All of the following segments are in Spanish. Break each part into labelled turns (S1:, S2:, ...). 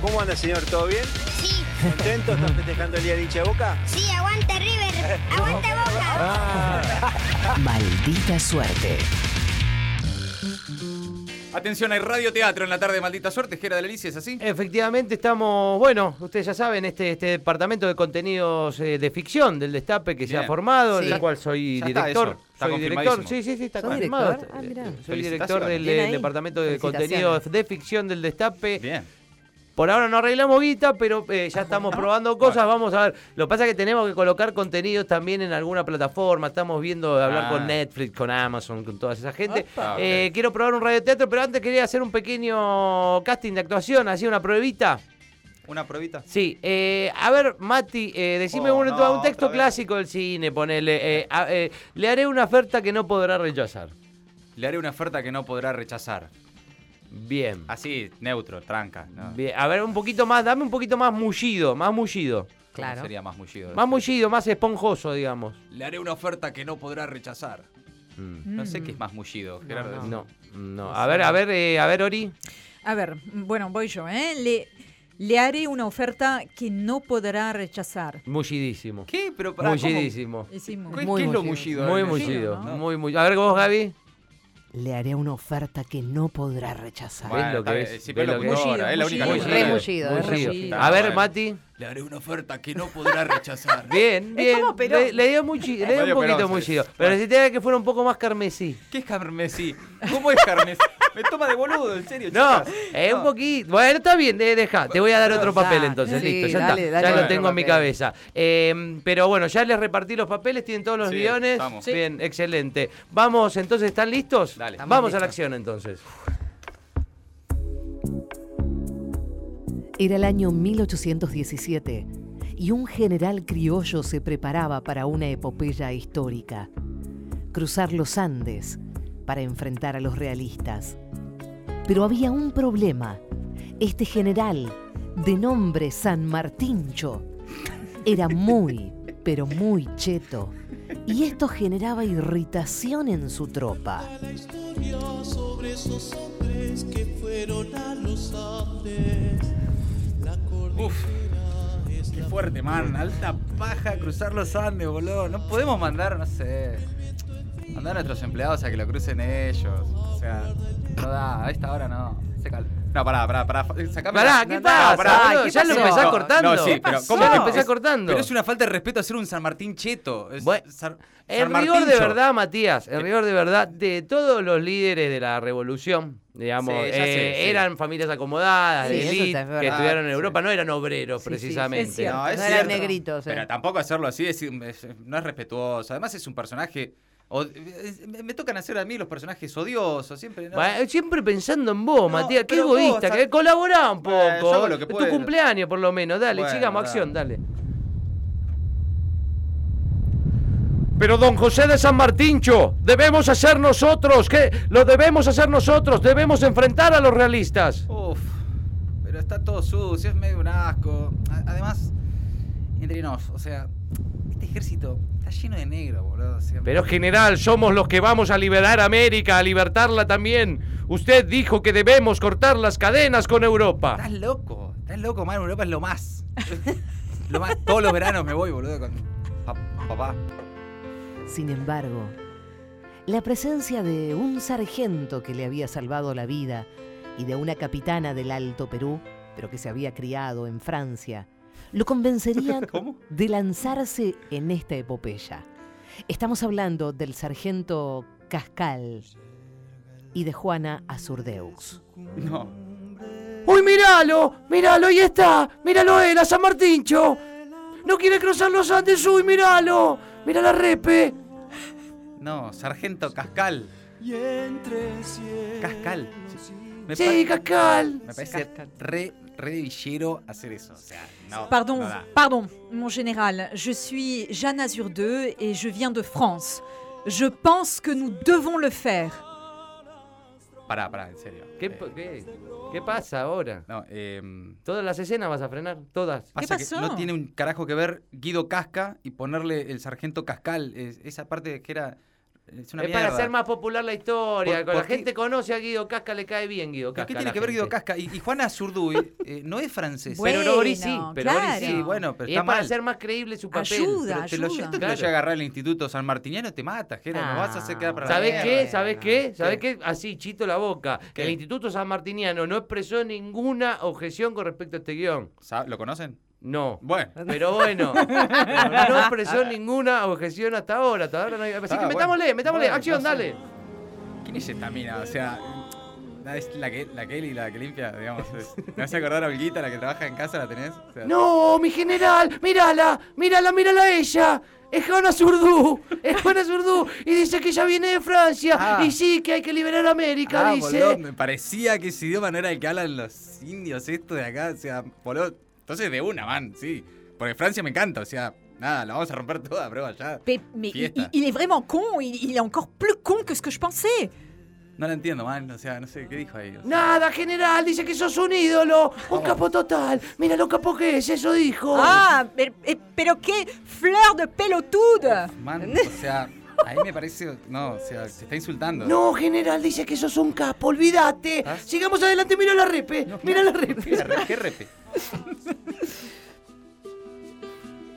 S1: ¿Cómo anda, señor? ¿Todo bien?
S2: Sí,
S1: ¿Contento? ¿Están festejando el día de hincha de boca?
S2: sí, aguante River, aguante Boca.
S3: Maldita suerte.
S4: Atención, hay radioteatro en la tarde de Maldita Suerte, Gera de la Alicia, ¿es así?
S5: Efectivamente, estamos, bueno, ustedes ya saben, este, este departamento de contenidos eh, de ficción del Destape que se
S4: Bien.
S5: ha formado,
S6: Sí.
S5: del cual soy
S4: Ya está
S5: director.
S4: eso, está
S5: soy director,
S4: confirmadísimo.
S5: sí, sí, sí, está
S6: ¿Sos
S5: confirmado.
S6: director? Ah, mirá.
S5: soy director del
S6: Bien
S5: eh,
S6: ahí.
S5: departamento de
S6: Felicitaciones.
S5: contenidos de ficción del Destape.
S4: Bien.
S5: Por ahora no arreglamos guita, pero eh, ya estamos probando cosas. Vamos a ver. Lo que pasa es que tenemos que colocar contenidos también en alguna plataforma. Estamos viendo de hablar
S4: Ah.
S5: con Netflix, con Amazon, con toda esa gente.
S4: Opa. Ah,
S5: Eh,
S4: ok.
S5: Quiero probar un radioteatro, pero antes quería hacer un pequeño casting de actuación, así una pruebita.
S4: Una pruebita.
S5: Sí, eh, a ver, Mati, eh, decime
S4: Oh,
S5: un,
S4: no,
S5: un texto
S4: otra vez.
S5: clásico del cine, ponele. eh, a- eh, le haré una oferta que no podrá rechazar.
S4: Le haré una oferta que no podrá rechazar.
S5: Bien.
S4: Así, neutro, tranca. Ah, ¿no?
S5: Bien. A ver, un poquito más, dame un poquito más mullido, más mullido.
S6: Claro.
S4: Sería más mullido.
S5: Más mullido, más esponjoso, digamos.
S4: Le haré una oferta que no podrá rechazar. No sé qué es más mullido, Gerardo.
S5: Mm. No, no. A ver, a ver, eh, a ver, Ori.
S7: A ver, bueno, voy yo, ¿eh? Le, le haré una oferta que no podrá rechazar.
S5: Mullidísimo.
S4: ¿Qué? Pero pará, ¿cómo?
S5: Mullidísimo.
S7: Hicimos.
S4: ¿Qué,
S6: Muy
S4: qué es lo
S6: mullido.
S4: mullido?
S5: Muy
S4: Eh,
S5: mullido.
S4: ¿no?
S5: Muy, muy. A ver, vos, Gaby.
S3: Le haré una oferta que no podrá rechazar.
S5: Bueno. ¿Ves lo que
S4: está
S5: es?
S4: bien, sí,
S5: ¿Ves
S4: pero
S5: lo que
S4: lo
S5: es?
S4: es la
S6: Mullido,
S4: única que
S6: mullido.
S4: sé.
S6: Re mullido, es re
S5: Mullido.
S6: mullido.
S5: A ver,
S4: Bueno.
S5: Mati.
S4: Le haré una oferta que no podrá rechazar.
S5: Bien, bien.
S7: como Perón.
S5: le, le dio muchi- le dio un
S4: Medio Ah.
S5: poquito
S4: Perón, sí.
S5: mullido. Pero necesitaba que fuera un poco más carmesí.
S4: ¿Qué es carmesí? ¿Cómo es carmesí? Me toma de boludo, en serio,
S5: No,
S4: chicas.
S5: es un poquito. Bueno, está bien, de- deja. Te voy a dar otro
S6: Ya,
S5: papel entonces,
S6: sí,
S5: listo. Ya,
S6: dale,
S5: está.
S6: dale
S5: ya lo
S4: otro
S5: tengo en mi
S6: papel.
S5: cabeza. Eh, pero bueno, ya les repartí los papeles, tienen todos los
S4: Sí,
S5: guiones.
S4: estamos. Sí.
S5: Bien, excelente. Vamos, entonces, ¿están listos?
S4: Dale. Estamos
S5: Vamos a la
S6: listos.
S5: acción entonces.
S3: Era el año 1817 y un general criollo se preparaba para una epopeya histórica. Cruzar los Andes para enfrentar a los realistas. Pero había un problema. Este general, de nombre San Martincho, era muy, pero muy cheto. Y esto generaba irritación en su tropa.
S4: Uf. Qué fuerte, man. Alta paja cruzar los Andes, boludo. No podemos mandar, no sé. Mandar a nuestros empleados a que lo crucen ellos. O sea, no da, a esta hora no. Se cal- No, pará, pará, Ah, pará. eh, Sacame
S5: Pará,
S4: la-
S5: ¿qué
S4: no, no,
S5: pasa?
S4: pará.
S5: boludo?
S6: ¿qué
S5: ya lo
S6: pasó?
S5: empezás
S4: No,
S5: cortando.
S4: no, sí, pero
S5: ¿Cómo
S4: ¿cómo
S5: lo
S4: te-
S5: empezás
S4: es-
S5: cortando?
S4: Pero es una falta de respeto hacer un San Martín cheto. Es
S5: Bueno,
S4: San-
S5: En
S4: San
S5: rigor de
S4: Martincho.
S5: verdad, Matías, en rigor de verdad, de todos los líderes de la revolución, digamos,
S4: Sí, ya sé,
S5: eh,
S4: sí.
S5: eran familias acomodadas,
S6: Sí,
S5: de
S6: eso
S5: élite,
S6: está- es
S5: que
S6: verdad,
S5: estuvieron en
S4: sí.
S5: Europa, no eran obreros
S6: Sí, sí,
S5: precisamente.
S7: es cierto.
S4: No,
S6: No
S4: es
S6: eran
S4: cierto.
S6: negritos, eh.
S4: Pero tampoco hacerlo así es, es- no es respetuoso. Además es un personaje... o- es- me, me tocan hacer a mí los personajes odiosos siempre. ¿no?
S5: Bueno, eh, siempre pensando en vos,
S4: No,
S5: Matías, qué
S4: pero vos,
S5: egoísta,
S4: sa-
S5: que colaborá un poco.
S4: Bueno, yo hago lo que
S5: Es tu
S4: puedo.
S5: cumpleaños, por lo menos, dale,
S4: Bueno,
S5: sigamos,
S4: dale.
S5: acción, dale. Pero don José de San Martincho, debemos hacer nosotros, que lo debemos hacer nosotros, debemos enfrentar a los realistas.
S4: Uf, pero está todo sucio, es medio un asco. A- Además, entre nos, o sea, este ejército está lleno de negro, boludo. o sea,
S5: Pero general, somos los que vamos a liberar a América, a libertarla también. Usted dijo que debemos cortar las cadenas con Europa.
S4: Estás loco, estás loco, man. Europa es lo más. lo más. Todos los veranos me voy, boludo, con pa- papá.
S3: Sin embargo, la presencia de un sargento que le había salvado la vida y de una capitana del Alto Perú, pero que se había criado en Francia, lo convencerían
S4: ¿Cómo?
S3: de lanzarse en esta epopeya. Estamos hablando del sargento Cascal y de Juana Azurdeux.
S4: No.
S5: ¡Uy, míralo! ¡Míralo, ahí está! ¡Míralo él, a San Martincho! ¡No quiere cruzar los Andes! ¡Uy, míralo! ¡Mira la repe!
S4: No, sargento Cascal. Cascal. sí. Me
S5: ¡Sí,
S4: pa-
S5: Cascal!
S4: Me parece re, re de villero hacer eso. O sea, no.
S7: Pardon,
S4: no da.
S7: pardon, mon général. Je suis Jeanne Azur 2 et je viens de France. Je pense que nous devons le faire.
S4: Pará, pará, en serio.
S5: ¿Qué,
S4: Eh,
S5: pa- qué- qué pasa ahora?
S4: no, eh.
S5: Todas las escenas vas a frenar, todas.
S4: Pasa
S7: pasó?
S4: que no tiene un carajo que ver Guido Casca y ponerle el sargento Cascal. Es- esa parte que era Es una
S5: Es para
S4: mierda.
S5: hacer más popular la historia.
S4: Por-
S5: Con la
S4: porque-
S5: gente conoce a Guido Casca, le cae bien Guido
S4: ¿Pero
S5: Casca.
S4: ¿Qué
S5: a
S4: tiene
S5: la
S4: que ver Guido
S5: gente.
S4: Casca? Y, y Juana Zurduy eh, no es francesa.
S5: Pero
S7: Bueno,
S5: Doris sí, pero Doris
S7: claro.
S4: sí, bueno, pero
S5: Y
S4: está
S5: es para
S4: mal.
S5: hacer más creíble su papel.
S7: Ayuda.
S4: Pero te lo,
S7: ayuda.
S4: esto te lo
S5: Claro.
S4: llega a agarrar el Instituto San Martiniano te mata, Jero. No vas a hacer quedar para la
S5: ¿Sabés
S4: mierda.
S5: qué? ¿Sabés qué? ¿Sabés
S4: ¿Qué?
S5: qué? Así, chito la boca.
S4: ¿Qué?
S5: El Instituto San Martiniano no expresó ninguna objeción con respecto a este guión.
S4: Sa- ¿Lo conocen?
S5: No.
S4: Bueno.
S5: Pero bueno, pero no expresó ninguna objeción hasta ahora. Hasta ahora no hay... Así
S4: Ah,
S5: que
S4: bueno.
S5: metámosle, metámosle.
S4: Bueno,
S5: Acción,
S4: no sé.
S5: dale.
S4: ¿Quién es esta mina? O sea, la- es la, que, la Kelly, la que limpia, digamos. es- ¿Me vas a acordar a Olguita, la que trabaja en casa, la tenés? O sea,
S5: No, mi general, mírala, mírala, mírala a ella. Es Juana Zurdú, es Juana Zurdú. Y dice que ella viene de Francia.
S4: Ah.
S5: Y sí, que hay que liberar a América,
S4: Ah,
S5: dice.
S4: boludo, me parecía que ese idioma no era el que hablan los indios esto de acá, o sea, boludo. Entonces de una, man, sí. Porque Francia me encanta, o sea, nada, la vamos a romper toda, bro, allá.
S7: Mais, mais il,
S4: Fiesta.
S7: il- il est vraiment con, il, il est encore plus con que ce que je pensais.
S4: No la entiendo, man, o sea, no sé qué dijo ahí. o sea.
S5: Nada, general, dice que sos un ídolo, un capo total. Mira lo capo que es, eso
S4: Oh.
S5: dijo.
S7: Ah, mais, mais- pero qué fleur de pelotude
S4: Man, o sea, ahí me parece, no, o sea, se está insultando.
S5: No, general, dice que sos un capo, olvídate.
S4: ¿Ah?
S5: Sigamos adelante, mira la repe, mira la repe.
S4: Mira, re- qué repe.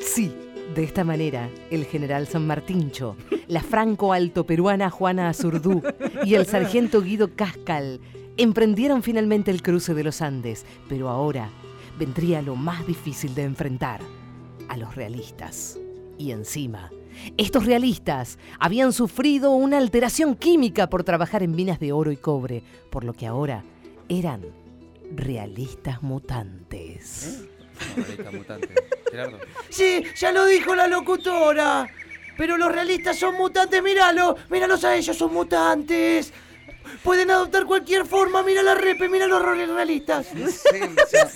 S3: Sí, de esta manera, el general San Martincho, la franco-altoperuana Juana Azurdú y el sargento Guido Cascal emprendieron finalmente el cruce de los Andes, pero ahora vendría lo más difícil de enfrentar, a los realistas. Y encima, estos realistas habían sufrido una alteración química por trabajar en minas de oro y cobre, por lo que ahora eran realistas mutantes.
S4: Ahorita, mutante. Gerardo.
S5: Sí, ya lo dijo la locutora. Pero los realistas son mutantes, míralo, míralos a ellos, son mutantes. Pueden adoptar cualquier forma, mira la repe, mira los re- realistas.
S4: No sé, o sea,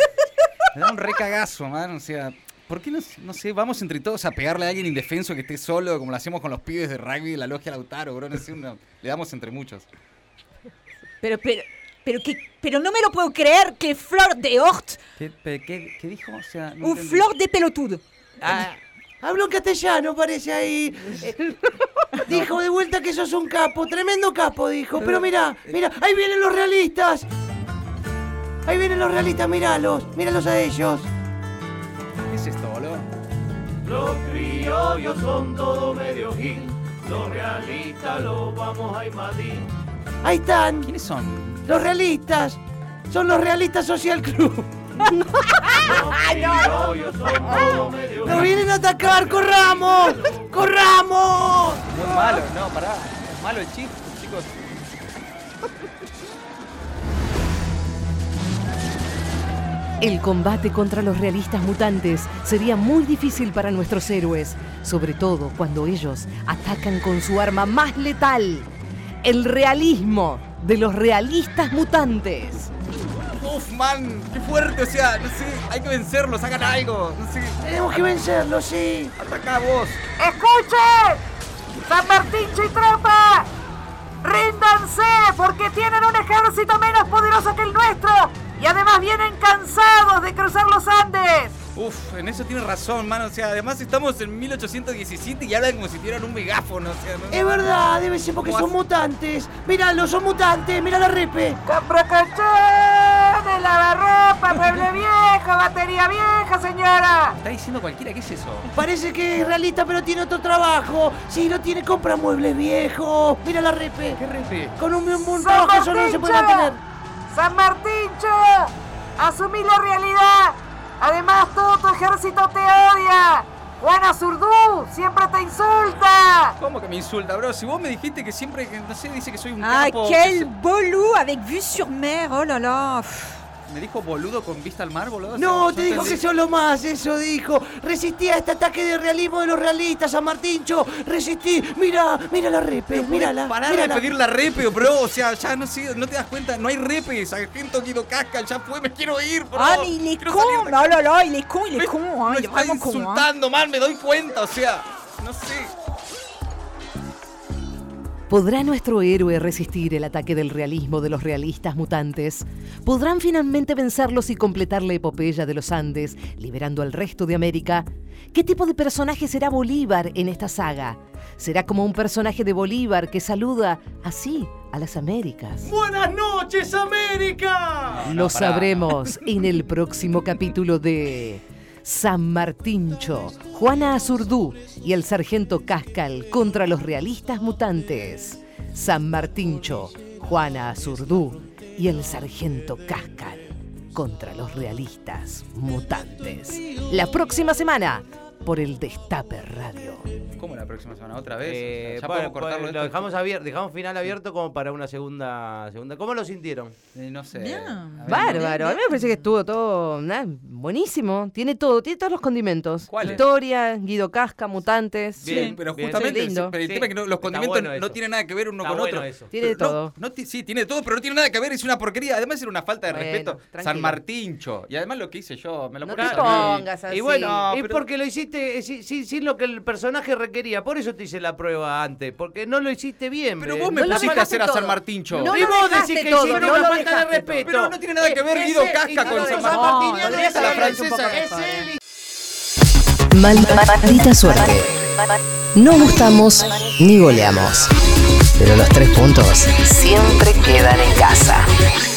S4: me da un re cagazo, man, o sea, ¿por qué no, no sé, vamos entre todos a pegarle a alguien indefenso que esté solo, como lo hacemos con los pibes de rugby de la logia Lautaro, bro, no sé, una- le damos entre muchos.
S7: Pero, pero, pero, que, pero no me lo puedo creer que fleur de horte,
S4: ¿Qué, dijo? O sea,
S7: un fleur de pelotude.
S5: Habló en castellano, parece ahí. Eh, dijo de vuelta que sos un capo, tremendo capo, dijo. Pero mira, mira, ahí vienen los realistas. Ahí vienen los realistas, míralos, míralos a ellos.
S4: ¿Qué es esto, boludo?
S6: Los criollos son todo medio gil, los realistas los vamos a invadir.
S5: Ahí están,
S4: ¿Quiénes son?
S5: los realistas. Son los realistas Social Club.
S6: Criollos son todo medio
S5: ¡Nos vienen a atacar! ¡Corramos! ¡Corramos!
S4: Muy malo, no, pará. Es malo el chiste, chicos.
S3: El combate contra los realistas mutantes sería muy difícil para nuestros héroes, sobre todo cuando ellos atacan con su arma más letal, el realismo de los realistas mutantes.
S4: Uf, man, qué fuerte, o sea, no sé, hay que vencerlos, hagan algo, no sé,
S5: Tenemos que vencerlos, sí.
S4: ataca vos.
S8: ¡Escuchen! ¡San Martín Chitropa! ¡Ríndanse! Porque tienen un ejército menos poderoso que el nuestro. Y además vienen cansados de cruzar los Andes.
S4: Uf, en eso tienes razón, man, o sea, además estamos en 1817 y hablan como si tuvieran un megáfono, o sea, no-
S5: Es verdad, debe ser porque
S4: ¿Cómo
S5: son
S4: hace?
S5: mutantes. Míralo, son mutantes. Mira la repe.
S8: ¡Comprocachones! ¡Lavarropa! ¡Pueblo viejo! ¡Batería vieja, señora!
S4: Está diciendo cualquiera, ¿qué es eso?
S5: Parece que es realista, pero tiene otro trabajo. Sí, no tiene compra muebles viejos. Mira la repe.
S4: ¿Qué refe?
S5: Con un, un, trabajo solo no se puede
S8: che!
S5: mantener.
S8: San Martín, che! Asumí la realidad. Además, todo tu ejército te odia. Juana Zurdú siempre te insulta.
S4: ¿Cómo que me insulta, bro? Si vos me dijiste que siempre, que, no sé, dice que soy un
S7: Ah,
S4: capo.
S7: quel bolou avec vue sur mer, oh là là. pff.
S4: ¿Me dijo boludo con vista al mar, boludo?
S5: No,
S4: O sea,
S5: te
S4: yo
S5: dijo que
S4: entendí-
S5: son lo más, eso dijo. Resistí a este ataque de realismo de los realistas, San Martincho. Resistí. Mira, mira la repe, mírala.
S4: Pará de
S5: mírala.
S4: pedir la repe, bro. O sea, ya no sé, no te das cuenta, no hay repe. Sargento Guido Casca, ya fue, me quiero ir, bro.
S7: Ah, mais il est
S4: Quiero
S7: con,
S4: salir
S7: oh
S4: de-
S7: là là, il est con, il est
S4: Me-
S7: con, hein,
S4: me
S7: il est
S4: está
S7: vraiment con. hein.
S4: insultando, man, me doy cuenta, o sea, no sé.
S3: ¿Podrá nuestro héroe resistir el ataque del realismo de los realistas mutantes? ¿Podrán finalmente vencerlos y completar la epopeya de los Andes, liberando al resto de América? ¿Qué tipo de personaje será Bolívar en esta saga? ¿Será como un personaje de Bolívar que saluda así a las Américas?
S5: ¡Buenas noches, América!
S3: Lo
S4: pará.
S3: sabremos en el próximo capítulo de San Martincho, Juana Azurdú y el sargento Cascal contra los realistas mutantes. San Martincho, Juana Azurdú y el sargento Cascal contra los realistas mutantes. La próxima semana por el Destape Radio.
S4: ¿Cómo la próxima semana? ¿Otra vez?
S5: Eh,
S4: ya
S5: bueno,
S4: podemos cortarlo.
S5: pues,
S4: esto?
S5: lo dejamos abierto, dejamos final abierto como para una segunda, segunda. ¿Cómo lo sintieron?
S4: Eh, no sé.
S7: Bien.
S4: A ver,
S3: Bárbaro, a mí me parece que estuvo todo nah, buenísimo. Tiene todo, tiene todos los condimentos.
S4: ¿Cuáles?
S3: Historia, Guido Casca, mutantes.
S5: Bien,
S4: Pero
S5: bien.
S4: justamente,
S3: Lindo.
S4: pero el
S5: Sí,
S4: tema es que no- los
S5: está
S4: condimentos
S5: bueno
S4: no-
S5: eso.
S4: no tienen nada que ver uno
S5: Está
S4: con
S5: bueno
S4: otro.
S5: eso.
S3: Tiene
S4: Pero no-
S3: todo.
S4: No, ti- sí, tiene todo, pero no tiene nada que ver, es una porquería. Además era una falta de
S3: Bueno,
S4: respeto. San
S3: tranquilo.
S4: Martincho. Y además lo que hice yo, me lo
S3: No te
S4: puse a mí.
S3: pongas así.
S5: Y bueno, es
S4: pero-
S5: porque lo hiciste eh, si- si- sin, lo que el personaje requería. Por eso te hice la prueba antes, porque no lo hiciste bien.
S4: Pero
S5: ¿ves?
S4: vos me
S3: No lo
S4: pusiste a
S3: dejaste
S4: hacer a
S3: todo.
S4: San Martincho.
S3: No
S5: Y
S3: lo
S5: vos
S3: dejaste
S5: decís que
S3: todo,
S5: hicieron
S3: no
S5: una
S3: lo
S5: falta de
S3: dejaste
S5: respeto.
S4: Pero no tiene nada que ver
S5: Ese-
S4: Guido
S5: y
S4: Casca
S5: no
S4: con
S5: lo
S4: San
S5: hizo San
S4: Martín.
S5: Martín,
S3: No,
S5: y no lo
S3: deberías
S5: hizo
S3: haber
S5: la
S3: hecho un poco
S5: francesa.
S3: mejor,
S5: Es él y-
S3: Mal- maldita suerte. No gustamos ni goleamos. Pero los tres puntos siempre quedan en casa.